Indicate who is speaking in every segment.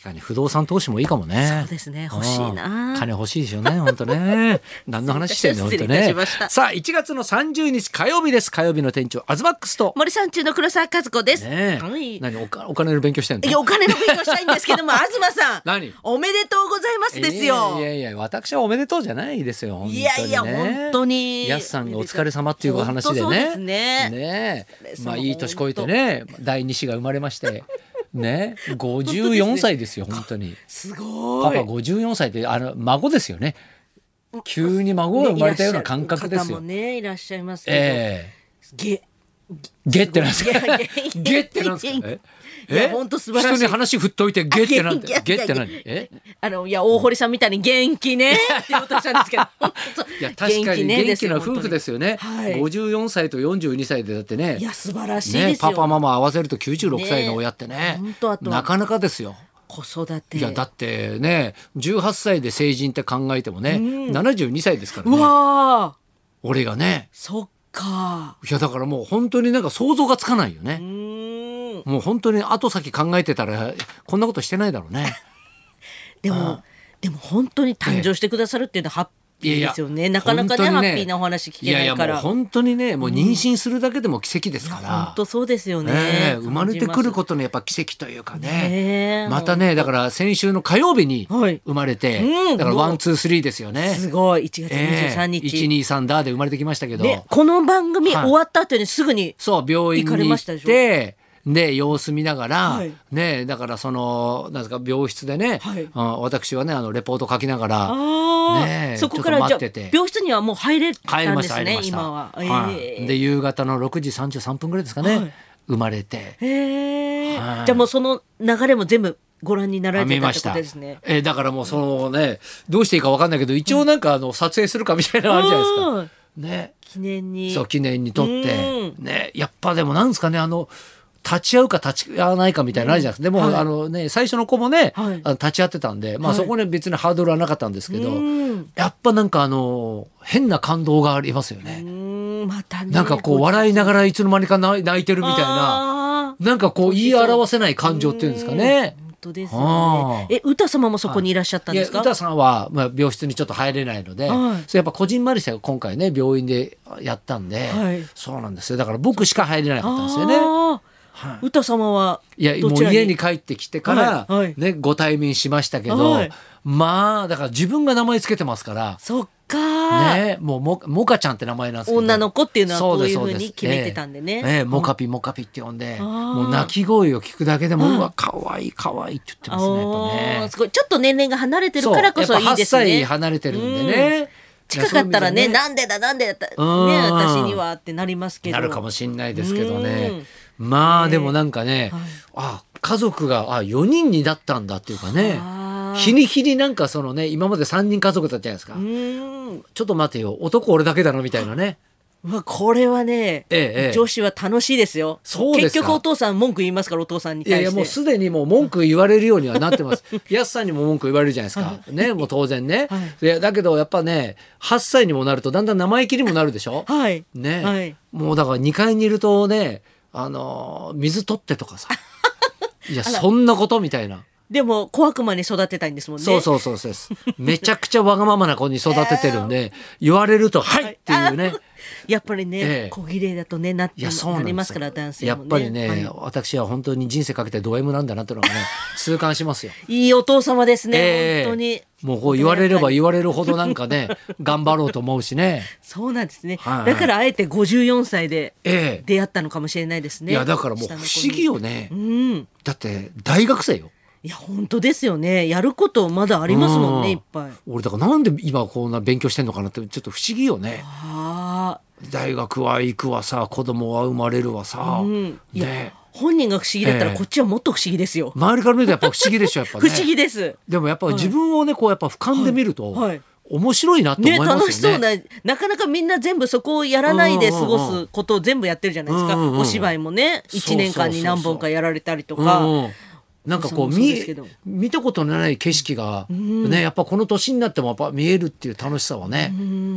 Speaker 1: 確かに不動産投資もいいかもね。
Speaker 2: そうですね欲しいな
Speaker 1: うん金欲しいですよね、本当 ね。何の話してんの、本
Speaker 2: 失礼
Speaker 1: 当
Speaker 2: いた
Speaker 1: ね
Speaker 2: しまし。た
Speaker 1: さあ、1月の30日火曜日です。火曜日の店長、アズマックスと。
Speaker 2: 森さん中の黒沢和子です。
Speaker 1: ねえ
Speaker 2: はい。い
Speaker 1: 何おかお金の勉強してんの
Speaker 2: やお金の勉強したいんです けども、東さん。
Speaker 1: 何
Speaker 2: おめでとうございますですよ。
Speaker 1: いやいやいや、私はおめでとうじゃないですよ。
Speaker 2: いやいや
Speaker 1: 本当にね
Speaker 2: 本当に
Speaker 1: やすさんがお疲れ様っていうお話でね。
Speaker 2: 本当そうですね
Speaker 1: ねえ
Speaker 2: それ
Speaker 1: まあ、いい年こいてね、第二子が生まれまして。ね、 五十四歳ですよ、本当に。
Speaker 2: すごい。
Speaker 1: パパ五十四歳って、あの孫ですよね。急に孫が生まれたような感覚ですよ。
Speaker 2: ねいらっしゃる方もねいらっしゃいますけど。
Speaker 1: え
Speaker 2: げ
Speaker 1: えゲってなんですか
Speaker 2: いやいやい。や
Speaker 1: ゲってなんですか。え
Speaker 2: いや
Speaker 1: え
Speaker 2: 本当素晴らしい
Speaker 1: 人に話振っといて、ゲってなん
Speaker 2: いや
Speaker 1: て
Speaker 2: い、
Speaker 1: ゲ
Speaker 2: やいや
Speaker 1: って何。え。
Speaker 2: あのいや大堀さんみたいに元気ねって言おうとしたんですけど。本当そう
Speaker 1: いや確かに元気な夫婦ですすよね。
Speaker 2: はい
Speaker 1: 五十四歳と四十二歳でだってね。
Speaker 2: いや素晴らしいですよ。
Speaker 1: ねパパママ合わせると九十六歳の親って
Speaker 2: ね
Speaker 1: ね
Speaker 2: 本当あと
Speaker 1: なかなかですよ。
Speaker 2: 子育て。
Speaker 1: いやだってね18歳で成人って考えてもね、72歳ですから
Speaker 2: う
Speaker 1: ね
Speaker 2: わあ、
Speaker 1: 俺がね
Speaker 2: そっか。
Speaker 1: いやだからもう本当になんか想像がつかないよね
Speaker 2: う、ーん。
Speaker 1: もう本当に後先考えてたらこんなことしてないだろうね
Speaker 2: でも、でも本当に誕生してくださる っていうのはハッピーですよね。なかなかねハ
Speaker 1: 本当に
Speaker 2: ッピーなお話聞けないか
Speaker 1: いやいやも
Speaker 2: ら。
Speaker 1: う本当にねもう妊娠するだけでも奇跡ですから、
Speaker 2: 本当そうですよね。
Speaker 1: ねえ生まれてくる
Speaker 2: 感
Speaker 1: ことのやっぱ奇跡というかね
Speaker 2: ねえ
Speaker 1: またねだから先週の火曜日に
Speaker 2: はい
Speaker 1: 生まれて、
Speaker 2: うん
Speaker 1: だから
Speaker 2: もう
Speaker 1: ワンツースリーですよね。
Speaker 2: じますすごい1月
Speaker 1: ええ
Speaker 2: 23日。
Speaker 1: 123だで生まれてきましたけど、
Speaker 2: ねこの番組
Speaker 1: はい
Speaker 2: 終わった後にすぐに、
Speaker 1: そう病院
Speaker 2: 行かれ
Speaker 1: に
Speaker 2: ました
Speaker 1: 行
Speaker 2: で
Speaker 1: っ
Speaker 2: して
Speaker 1: で様子見ながら、
Speaker 2: はい
Speaker 1: ねだからそのなんですか病室でね、
Speaker 2: はい
Speaker 1: あ私はねあのレポート書きながら
Speaker 2: ああ、
Speaker 1: ねえ
Speaker 2: そこから
Speaker 1: ちょっと待
Speaker 2: じゃあ
Speaker 1: ってて
Speaker 2: 病室にはもう入れた
Speaker 1: 帰り
Speaker 2: ん
Speaker 1: まし
Speaker 2: で
Speaker 1: た
Speaker 2: す
Speaker 1: 帰り
Speaker 2: ね
Speaker 1: ました
Speaker 2: 今は。
Speaker 1: はい、で
Speaker 2: え
Speaker 1: 夕方の6時33分ぐらいですかね、
Speaker 2: はい
Speaker 1: 生まれて
Speaker 2: えへえ
Speaker 1: はい
Speaker 2: じゃあもうその流れも全部ご覧になられて
Speaker 1: 見
Speaker 2: たっ
Speaker 1: ま
Speaker 2: て
Speaker 1: し
Speaker 2: こと
Speaker 1: た。
Speaker 2: ですね。
Speaker 1: えーだからもうそのね、どうしていいかわかんないけど、一応なんかあの撮影するかみたいなのあるじゃないですか。
Speaker 2: うん
Speaker 1: ね、
Speaker 2: 記念に。
Speaker 1: そう記念に撮って、
Speaker 2: う
Speaker 1: ね、やっぱでもなんですかね、あの。立ち会うか立ち会わないかみたいなのあるじゃないですか。でも、
Speaker 2: はい
Speaker 1: あのね、最初の子もね、
Speaker 2: はい
Speaker 1: あの立ち会ってたんで、まあ、
Speaker 2: はい
Speaker 1: そこね、別にハードルはなかったんですけど。
Speaker 2: うん
Speaker 1: やっぱなんかあの、変な感動がありますよ
Speaker 2: う
Speaker 1: ね。
Speaker 2: ーんまたね
Speaker 1: なんかこう笑いながらいつの間にか泣い泣いてるみたいな。
Speaker 2: な
Speaker 1: なんかこう言い表せない感情っていうんですかね。
Speaker 2: 本当ですよね
Speaker 1: あー
Speaker 2: え歌様もそこにいらっしゃったんです
Speaker 1: い
Speaker 2: か
Speaker 1: や歌さんは、まあ、病室にちょっと入れないので、
Speaker 2: はい
Speaker 1: それやっぱこじんまりした今回ね病院でやったんで、
Speaker 2: はい
Speaker 1: そうなんですよだから僕しか入れなかったんですよね。
Speaker 2: あー
Speaker 1: はい
Speaker 2: 歌様はい
Speaker 1: や
Speaker 2: ど
Speaker 1: も
Speaker 2: ち
Speaker 1: う
Speaker 2: ら
Speaker 1: 家に帰ってきてから、
Speaker 2: はいはい
Speaker 1: ね、ご対面しましたけど、
Speaker 2: はい
Speaker 1: まあだから自分が名前つけてますから、
Speaker 2: そっか、
Speaker 1: ね、もうももかちゃんって名前なんですけど
Speaker 2: 女の子っていうのは
Speaker 1: そです
Speaker 2: こういうふう
Speaker 1: そ
Speaker 2: に
Speaker 1: です
Speaker 2: 決めてたんでね
Speaker 1: ええええもかぴもかぴって呼んで
Speaker 2: あー
Speaker 1: もう泣き声を聞くだけでも、
Speaker 2: はいう
Speaker 1: わかわいいかわいいって言って
Speaker 2: あ
Speaker 1: ますねやっぱね
Speaker 2: ー。すごいちょっと年齢が離れてるからこそいいです
Speaker 1: そうやっぱ8
Speaker 2: ね
Speaker 1: 歳離れてるんでね。
Speaker 2: 近かったら
Speaker 1: い
Speaker 2: ね
Speaker 1: や
Speaker 2: なんでだなんでだったね
Speaker 1: うん
Speaker 2: 私にはってなります
Speaker 1: そういう
Speaker 2: け
Speaker 1: 意味でねな
Speaker 2: ど
Speaker 1: るかもしれないですけどね。まあでもなんかね、
Speaker 2: はい
Speaker 1: あ家族があ4人になったんだっていうかね
Speaker 2: あー
Speaker 1: 日に日になんかそのね今まで3人家族だったじゃないですか、
Speaker 2: うーん
Speaker 1: ちょっと待てよ男俺だけだろみたいなね
Speaker 2: うわこれはね、
Speaker 1: ええええ
Speaker 2: 女子は楽しいですよ
Speaker 1: そうですか
Speaker 2: 結局お父さん文句言いますからお父さんに
Speaker 1: いや
Speaker 2: 対して
Speaker 1: いやもうすでにもう文句言われるようにはなって ます。やすさんにも文句言われるじゃないですか。ね、もう当然ね。
Speaker 2: はい
Speaker 1: いやだけどやっぱね、8歳にもなるとだんだん生意気にもなるでしょ。
Speaker 2: はい
Speaker 1: ね、
Speaker 2: はい
Speaker 1: もうだから2階にいるとね、あのー水取ってとか さ。いや、そんなことみたいな。
Speaker 2: でも小悪魔に育てたいんですもんね。
Speaker 1: そうそうそうそうです。めちゃくちゃわがままな子に育ててるんで、言われると、はいっていうね。
Speaker 2: やっぱりね、
Speaker 1: ええ
Speaker 2: 小綺麗だとねなっ
Speaker 1: い
Speaker 2: て
Speaker 1: や、そうな
Speaker 2: なん
Speaker 1: で
Speaker 2: り
Speaker 1: す
Speaker 2: ますから男性もね。
Speaker 1: やっぱりね、
Speaker 2: は
Speaker 1: 私は本当に人生かけてド M なんだなって いうのがね、痛感しますよ。
Speaker 2: い、いいお父様ですね、
Speaker 1: ええ
Speaker 2: 本当に。
Speaker 1: もうこう言われれば言われるほどなんか ね頑張ろうと思うしね
Speaker 2: そうなんですね、
Speaker 1: はいはい
Speaker 2: だからあえて54歳で
Speaker 1: ええ
Speaker 2: 出会ったのかもしれないですね。
Speaker 1: いやだからもう不
Speaker 2: 下の子に
Speaker 1: 思議。よね
Speaker 2: うん。
Speaker 1: だって大学生よ
Speaker 2: いや本当ですよね。やることまだありますもん
Speaker 1: う
Speaker 2: ねいっぱい。
Speaker 1: 俺だからなんで今こんな勉強してんのかなってちょっと不思議よね
Speaker 2: あ
Speaker 1: 大学は行くわさ子供は生まれるわ
Speaker 2: あ。
Speaker 1: さ、
Speaker 2: うん。いや、
Speaker 1: ね
Speaker 2: 本人が不思議だった
Speaker 1: え
Speaker 2: ら
Speaker 1: え
Speaker 2: こっちはもっと不思議ですよ。
Speaker 1: 周りから見るとやっぱ不思議でしょやっぱね
Speaker 2: 不思議です。
Speaker 1: でもやっぱ自分をねこうやっぱ俯瞰で見ると、
Speaker 2: はいはい
Speaker 1: 面白いなって思
Speaker 2: ね
Speaker 1: いますよね
Speaker 2: 楽しそうななかなかみんな全部そこをやらないで過ごすことを全部やってるじゃないですか、
Speaker 1: うんうんうん
Speaker 2: お芝居もね
Speaker 1: そうそうそうそう
Speaker 2: 1年間に何本かやられたりと
Speaker 1: う
Speaker 2: か、
Speaker 1: んうんなんかこう
Speaker 2: そう
Speaker 1: 見
Speaker 2: ですけど
Speaker 1: 見たことのない景色が、ねやっぱこの年になってもやっぱ見えるっていう楽しさはね、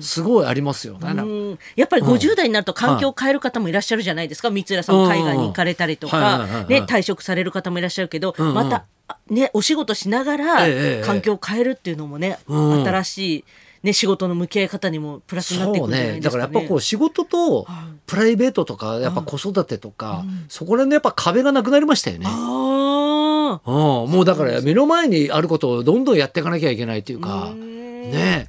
Speaker 1: すごいありますよね。なんか
Speaker 2: うんやっぱり50代になると環境を変える方もいらっしゃるじゃないですか、三浦さんも海外に行かれたりと
Speaker 1: うんはいはいはいは
Speaker 2: か、
Speaker 1: い
Speaker 2: ね、退職される方もいらっしゃるけど、
Speaker 1: んうん
Speaker 2: また、あね、お仕事しながら
Speaker 1: ええええ
Speaker 2: 環境を変えるっていうのもね、
Speaker 1: うん
Speaker 2: 新しい、ね、仕事の向き合い方にもプラスになってく
Speaker 1: そうん
Speaker 2: るじゃな
Speaker 1: ね
Speaker 2: いで
Speaker 1: だ
Speaker 2: す
Speaker 1: か
Speaker 2: からね。
Speaker 1: やっぱこう仕事とプライベートとかやっぱ子育てとか、そこら辺のやっぱ壁がなくなりましたよね。
Speaker 2: あ
Speaker 1: うん、もうだから目の前にあることをどんどんやっていかなきゃいけないというかね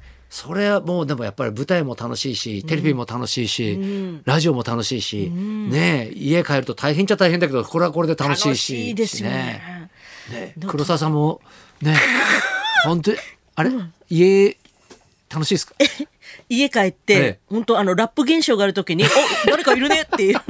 Speaker 1: えそれはもうでもやっぱり舞台も楽しいしテレビも楽しいし、ラジオも楽しいし、ねえ家帰ると大変っちゃ大変だけどこれはこれで
Speaker 2: あ
Speaker 1: 楽し
Speaker 2: 楽
Speaker 1: いし
Speaker 2: しいですよね。
Speaker 1: ねえ黒沢さんもね 本当にあれ、家楽しいですか
Speaker 2: 家帰っ
Speaker 1: え
Speaker 2: て
Speaker 1: え、
Speaker 2: 本当あの、ラップ現象があるときに、 お、誰かいるねっていう。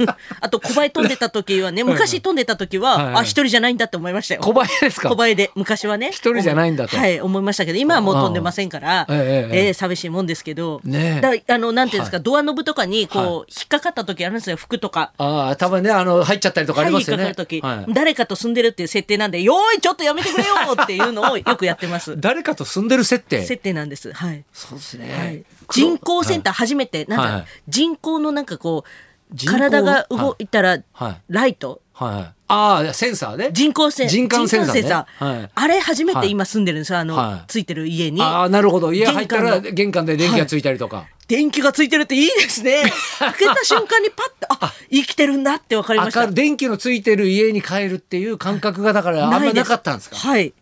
Speaker 2: あと、小林飛んでた時はね、昔飛んでた時
Speaker 1: はいはい
Speaker 2: は、あ、一人じゃないんだって思いましたよ。
Speaker 1: 小林ですか
Speaker 2: 小林で昔はね一
Speaker 1: 人じゃないんだと
Speaker 2: はい思いましたけど今はもう飛んでませんから、
Speaker 1: うんええええ
Speaker 2: ええ寂しいもんですけど、
Speaker 1: ねえ
Speaker 2: だからあのなんていうんですか、
Speaker 1: は
Speaker 2: ドアノブとかにこう、引っかかった時あるんですよ服とか。
Speaker 1: ああたまにねあの入っちゃったりとかありま
Speaker 2: 引っ
Speaker 1: すよね、
Speaker 2: かかる時、
Speaker 1: はい
Speaker 2: 誰かと住んでるっていう設定なんで「よーいちょっとやめてくれよ!」っていうのをよくやって ます
Speaker 1: 誰かと住んでる設定
Speaker 2: 設定なんですはい、
Speaker 1: そうです
Speaker 2: はい
Speaker 1: ね、
Speaker 2: 人工センター初めてなんか、
Speaker 1: はいはい
Speaker 2: 人工のなんかこう
Speaker 1: 人工
Speaker 2: 体が動いたら
Speaker 1: はい
Speaker 2: ライト
Speaker 1: はいはい。ああ、センサーね。
Speaker 2: 人工セン
Speaker 1: 人感センサーね
Speaker 2: 人感
Speaker 1: はい
Speaker 2: あれ初め
Speaker 1: は
Speaker 2: て
Speaker 1: い
Speaker 2: 今住んでるんですよあの、
Speaker 1: はい
Speaker 2: ついてる家に
Speaker 1: ああ、なるほど。家入ったら
Speaker 2: 玄関の
Speaker 1: 玄関で電気がついたりとか。
Speaker 2: 電気がついてるっていいで すね開けた瞬間にパッとあ生きてるんだって分かりました
Speaker 1: 明る電気のついてる家に帰るっていう感覚がだからあんま
Speaker 2: い
Speaker 1: なかったんですか
Speaker 2: はい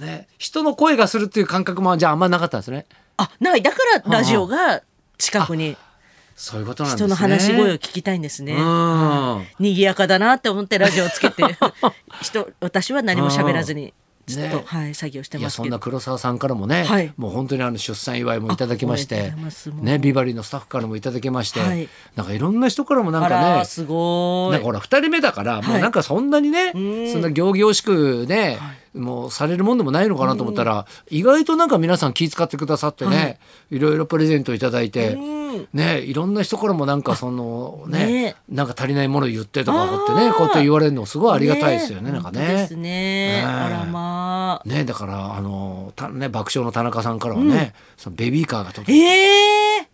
Speaker 1: ね。人の声がするっていう感覚もじゃああんまなかったんですね。
Speaker 2: あないだからラジオが近くに
Speaker 1: そういうことなんですね。
Speaker 2: 人の話し声を
Speaker 1: う
Speaker 2: 聞きたいんですね
Speaker 1: ん。
Speaker 2: 賑やかだなって思ってラジオを つけて人私は何も喋らずにずっと、
Speaker 1: ね
Speaker 2: はい作業して
Speaker 1: い
Speaker 2: ま
Speaker 1: や
Speaker 2: す
Speaker 1: そ
Speaker 2: け
Speaker 1: んな
Speaker 2: ど
Speaker 1: 黒沢さんからもね、
Speaker 2: はい
Speaker 1: もう本当にあの出産祝いもいただきまし
Speaker 2: あ
Speaker 1: て
Speaker 2: おめでとうございますもう
Speaker 1: ねビバリーのスタッフからもいただきまして、
Speaker 2: はい
Speaker 1: なんかいろんな人からもなん
Speaker 2: あ
Speaker 1: かね
Speaker 2: らすご
Speaker 1: ないんかほら2人目だからもうなんかそんなにね、そんな行々しくね、もうされるもんでもないのかなと思ったら、意外となんか皆さん気遣ってくださってね、い、ろいろプレゼントいただいて、ねいろんな人からもなんかそのね
Speaker 2: ね
Speaker 1: なんか足りないもの言ってとかってねこうやって言われるのすごいありがたいですよねなんか
Speaker 2: 本当で
Speaker 1: ね
Speaker 2: す。ね
Speaker 1: ね
Speaker 2: あらまあ
Speaker 1: ねだからあのたね爆笑の田中さんからはね、そのベビーカーが届いて
Speaker 2: ええ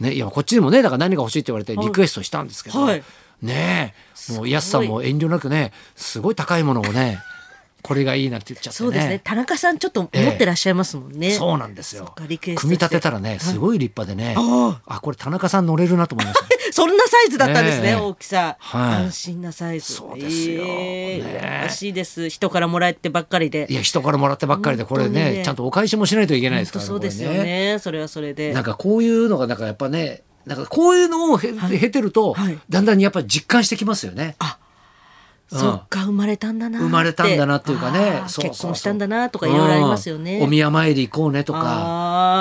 Speaker 1: ね、いやこっちでもねだから何が欲しいって言われてリクエストしたんですけど、
Speaker 2: はい
Speaker 1: ねえもう安さんも遠慮なくねすごい高いものを ねこれがいいなって言っちゃってね
Speaker 2: そうですね田中さんちょっと持ってらっしゃいますもんね、
Speaker 1: そうなんですよ
Speaker 2: か
Speaker 1: 組
Speaker 2: リクエ
Speaker 1: み
Speaker 2: ストして
Speaker 1: 立てたらねすごい立派でね、あこれ田中さん乗れるなと思いました ね
Speaker 2: そんなサイズだったんです
Speaker 1: ね
Speaker 2: ね、
Speaker 1: え
Speaker 2: 大きさ、
Speaker 1: はい
Speaker 2: 安心なサイズ。
Speaker 1: そうですよ
Speaker 2: え
Speaker 1: ね
Speaker 2: え
Speaker 1: え
Speaker 2: 羨ましいです。人からもらえてばっかりで。
Speaker 1: いや人からもらってばっかりでこれ
Speaker 2: 本当
Speaker 1: ね
Speaker 2: にね
Speaker 1: ちゃんとお返しもしないといけないですから
Speaker 2: そ
Speaker 1: こ
Speaker 2: う
Speaker 1: れ
Speaker 2: ですよねそれはそれで。
Speaker 1: なんかこういうのがなんかやっぱねなんかこういうのをへ、経てると、
Speaker 2: はい
Speaker 1: だんだんやっぱり実感してきますよね。うん
Speaker 2: そっか、生まれたんだなって。
Speaker 1: 生まれたんだなっていうかね
Speaker 2: あー
Speaker 1: そうそうそう
Speaker 2: 結婚したんだなとかいろいろありますよ
Speaker 1: う
Speaker 2: ね。
Speaker 1: んお宮参り行こうねと
Speaker 2: あ
Speaker 1: か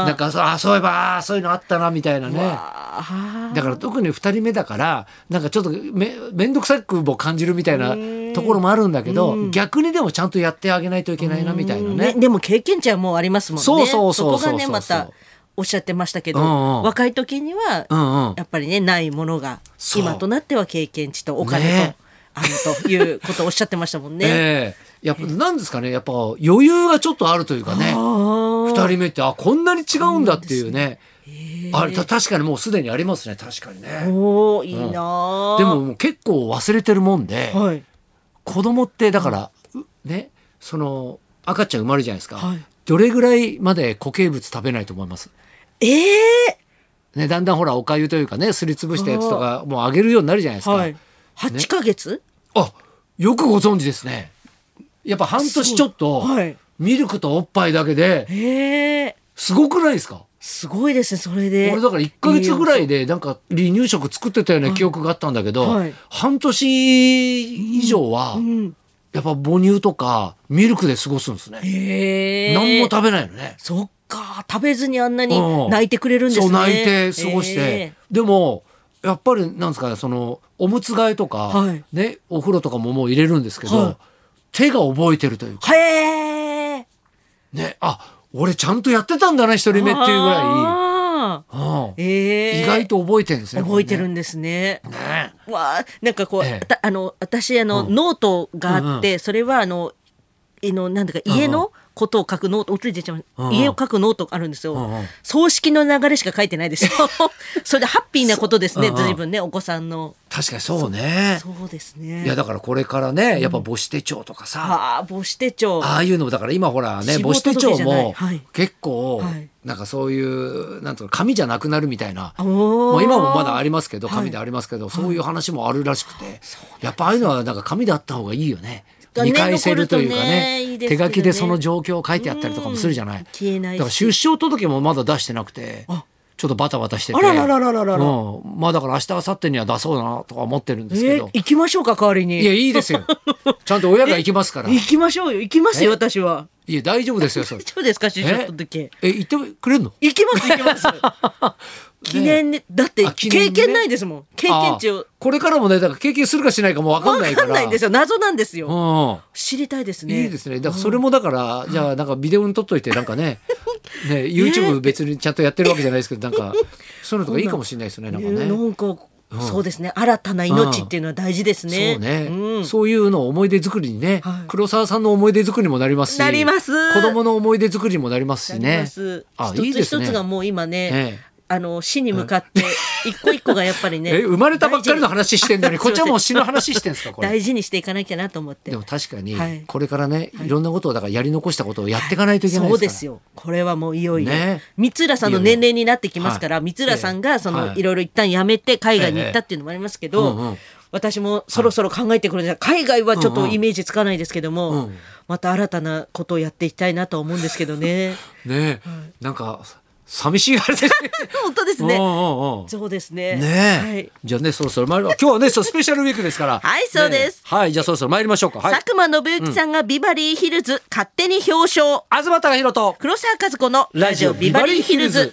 Speaker 2: ー
Speaker 1: なんかそうあそういえばあーそういうのあったなみたいなね
Speaker 2: あー
Speaker 1: だから特に2人目だからなんかちょっとめ面倒くさくも感じるみたいなところもあるんだけど逆にでもちゃんとやってあげないといけないなみたいな
Speaker 2: ね
Speaker 1: ね。
Speaker 2: でも経験値はもうありますもんね。
Speaker 1: そうそうそうそう
Speaker 2: こがね、またおっしゃってましたけど、
Speaker 1: うんうん
Speaker 2: 若い時には、
Speaker 1: うんうん
Speaker 2: やっぱりね、ないものが、
Speaker 1: そう
Speaker 2: 今となっては経験値とお金と、
Speaker 1: ね
Speaker 2: あのということをおっしゃってましたもんね。
Speaker 1: ええやっぱなんですかねやっぱ余裕がちょっとあるというかね
Speaker 2: あ
Speaker 1: 2人目ってあこんなに違うんだっていうねあれた確かにもうすでにありますね確かに
Speaker 2: あ、
Speaker 1: ね。
Speaker 2: おお、いいなー、
Speaker 1: でももう結構忘れてるもんで。
Speaker 2: はい。
Speaker 1: 子供ってだから、うねその赤ちゃん生まれるじゃないですか、
Speaker 2: はい
Speaker 1: どれぐらいまで固形物食べないと思います
Speaker 2: ええ
Speaker 1: ね、だんだんほらおかゆというかねすりつぶしたやつとかもうあげるようになるじゃないですか、
Speaker 2: はい。八ヶ月、
Speaker 1: あよくご存知ですねやっぱ半年ちょっと、
Speaker 2: そうはい
Speaker 1: ミルクとおっぱいだけで
Speaker 2: ええ
Speaker 1: すごくないですか
Speaker 2: すごいですね、それで。
Speaker 1: 俺だから1ヶ月ぐらいでなんか離乳食作ってたような記憶があったんだけど、
Speaker 2: はい
Speaker 1: 半年以上はやっぱ母乳とかミルクで過ごすんですね、
Speaker 2: ええ
Speaker 1: 何も食べないのね
Speaker 2: そっか、食べずにあんな
Speaker 1: う
Speaker 2: に
Speaker 1: ん
Speaker 2: 泣いてくれるんですね。
Speaker 1: そう泣いて過ごして、
Speaker 2: え
Speaker 1: でもやっぱりなんですかねそのおむつ替えとか、
Speaker 2: はい
Speaker 1: ね、お風呂とかももう入れるんですけど、
Speaker 2: はい
Speaker 1: 手が覚えてるというか
Speaker 2: えへえ。
Speaker 1: ねあ俺ちゃんとやってたんだな一人目っていうぐら
Speaker 2: あ
Speaker 1: い、うん
Speaker 2: ーええ
Speaker 1: 意外と覚えてるんですね
Speaker 2: 覚えてる
Speaker 1: ね
Speaker 2: んですね。
Speaker 1: ね
Speaker 2: わあなんかこう、
Speaker 1: ええ
Speaker 2: たあの私あの、ノートがあって、それはあのえのなんだか家のことを書くノート、おつい出ちゃう
Speaker 1: うんう。ん
Speaker 2: 家を書くノートあるんです
Speaker 1: うんう
Speaker 2: よ
Speaker 1: ん。
Speaker 2: 葬式の流れしか書いてない ですよ。それでハッピーなことですね。
Speaker 1: そううんうん
Speaker 2: 随分ね、お子さんの。
Speaker 1: 確かにそうね
Speaker 2: そうですね。
Speaker 1: いやだからこれからねやっぱ母子手帳とかさ、
Speaker 2: ああ、母子手帳。
Speaker 1: ああいうのもだから今ほらね
Speaker 2: 死
Speaker 1: 母
Speaker 2: 亡
Speaker 1: 子手
Speaker 2: 届
Speaker 1: 帳
Speaker 2: じゃない
Speaker 1: も
Speaker 2: はい
Speaker 1: 結構
Speaker 2: はい
Speaker 1: なんかそういうなんとか紙じゃなくなるみたいな、
Speaker 2: おー
Speaker 1: もう今もまだありますけど
Speaker 2: はい
Speaker 1: 紙でありますけど、そういう話もあるらしくて、やっぱああいうのはなんか紙であった方がいいよね。
Speaker 2: だね
Speaker 1: 見返せるというか
Speaker 2: 残るとねい
Speaker 1: ね
Speaker 2: いです
Speaker 1: 手
Speaker 2: けど
Speaker 1: 書
Speaker 2: ね
Speaker 1: きでその状況を書いてあったりとかもするじゃない。
Speaker 2: うん消えないし
Speaker 1: だから出生届もまだ出してなくて
Speaker 2: あ
Speaker 1: ちょっとバタバタしてて
Speaker 2: あららららららら
Speaker 1: うん、まあだから明日明後日には出そうだなとか思ってるんですけ
Speaker 2: え
Speaker 1: ど、
Speaker 2: 行きましょうか、代わりに。
Speaker 1: いや、いい ですよ。ちゃんと親が行きますから。い
Speaker 2: 行きましょうよ。行きますよ、
Speaker 1: え
Speaker 2: 私は。
Speaker 1: や、大丈夫ですよ、それ。
Speaker 2: そうですか、出
Speaker 1: え
Speaker 2: 生届。
Speaker 1: え、行ってくれるの
Speaker 2: 行きます、行 きます。記念ね、だって
Speaker 1: あ記念
Speaker 2: 経
Speaker 1: ね
Speaker 2: 験ないですもん。経験値
Speaker 1: ああ
Speaker 2: を。
Speaker 1: これからもね、だから経験するかしないかもわかん
Speaker 2: わ
Speaker 1: ないか。
Speaker 2: からんないんですよ。謎なんですよ。
Speaker 1: うん。
Speaker 2: 知りたいですね。
Speaker 1: いいですね。だからそれもだから、じゃあなんかビデオに撮っといて、なんか ね、ね、YouTube 別にちゃんとやってるわけじゃないですけど、なんか、そういうのとかいいかもしれないですね、なんか
Speaker 2: ねな
Speaker 1: ね。
Speaker 2: んか、そうですね。新たな命っていうのは大事ですね。
Speaker 1: そうね、
Speaker 2: うん
Speaker 1: そういうのを思い出作りにね、
Speaker 2: はい
Speaker 1: 黒沢さんの思い出作りにもなりますし
Speaker 2: なります
Speaker 1: 子供の思い出作りにもなりますし
Speaker 2: なり
Speaker 1: ね
Speaker 2: ます
Speaker 1: あ
Speaker 2: 一
Speaker 1: いい
Speaker 2: つ
Speaker 1: です
Speaker 2: 一
Speaker 1: ね
Speaker 2: つがもう今ね、
Speaker 1: ええ
Speaker 2: あの死に向かって、一個一個がやっぱり ね。
Speaker 1: え生まれたばっかりの話してん のに
Speaker 2: 大事
Speaker 1: こっちはもう死の話してんすかこれ
Speaker 2: 大事にしていかなきゃなと思って。
Speaker 1: でも確かに
Speaker 2: はい
Speaker 1: これからね、い、ろんなことをだからやり残したことをやっていかないといけない
Speaker 2: そう
Speaker 1: で
Speaker 2: ですす
Speaker 1: から。
Speaker 2: よ。これはもういよいよ。
Speaker 1: ね
Speaker 2: 三浦さんの年齢になってきますから、
Speaker 1: いよいよ
Speaker 2: 三浦さんがその、
Speaker 1: はい
Speaker 2: い、ろいろ一旦やめて海外に行ったっていうのもありますけど、
Speaker 1: ええうんうん
Speaker 2: 私もそろそろ考えてくれた、海外はちょ
Speaker 1: う
Speaker 2: っ
Speaker 1: ん
Speaker 2: と
Speaker 1: うん
Speaker 2: イメージつかないですけども、
Speaker 1: うん
Speaker 2: また新たなことをやっていきたいなと思うんですけど ね。
Speaker 1: ねえ、なんか寂しいあれで
Speaker 2: 本当で す
Speaker 1: うんう
Speaker 2: ね。
Speaker 1: んうん
Speaker 2: そうですね。
Speaker 1: ねえ、
Speaker 2: はい
Speaker 1: じゃあねそろそろ参る今日はねそうスペシャルウィークですから
Speaker 2: はいそうです
Speaker 1: ねえはいじゃあそろそろ参りましょうかはい
Speaker 2: 佐久間信之さんがビバリーヒルズ、勝手に表彰。
Speaker 1: 東隆弘と
Speaker 2: 黒沢和子のラジオビバリーヒルズ。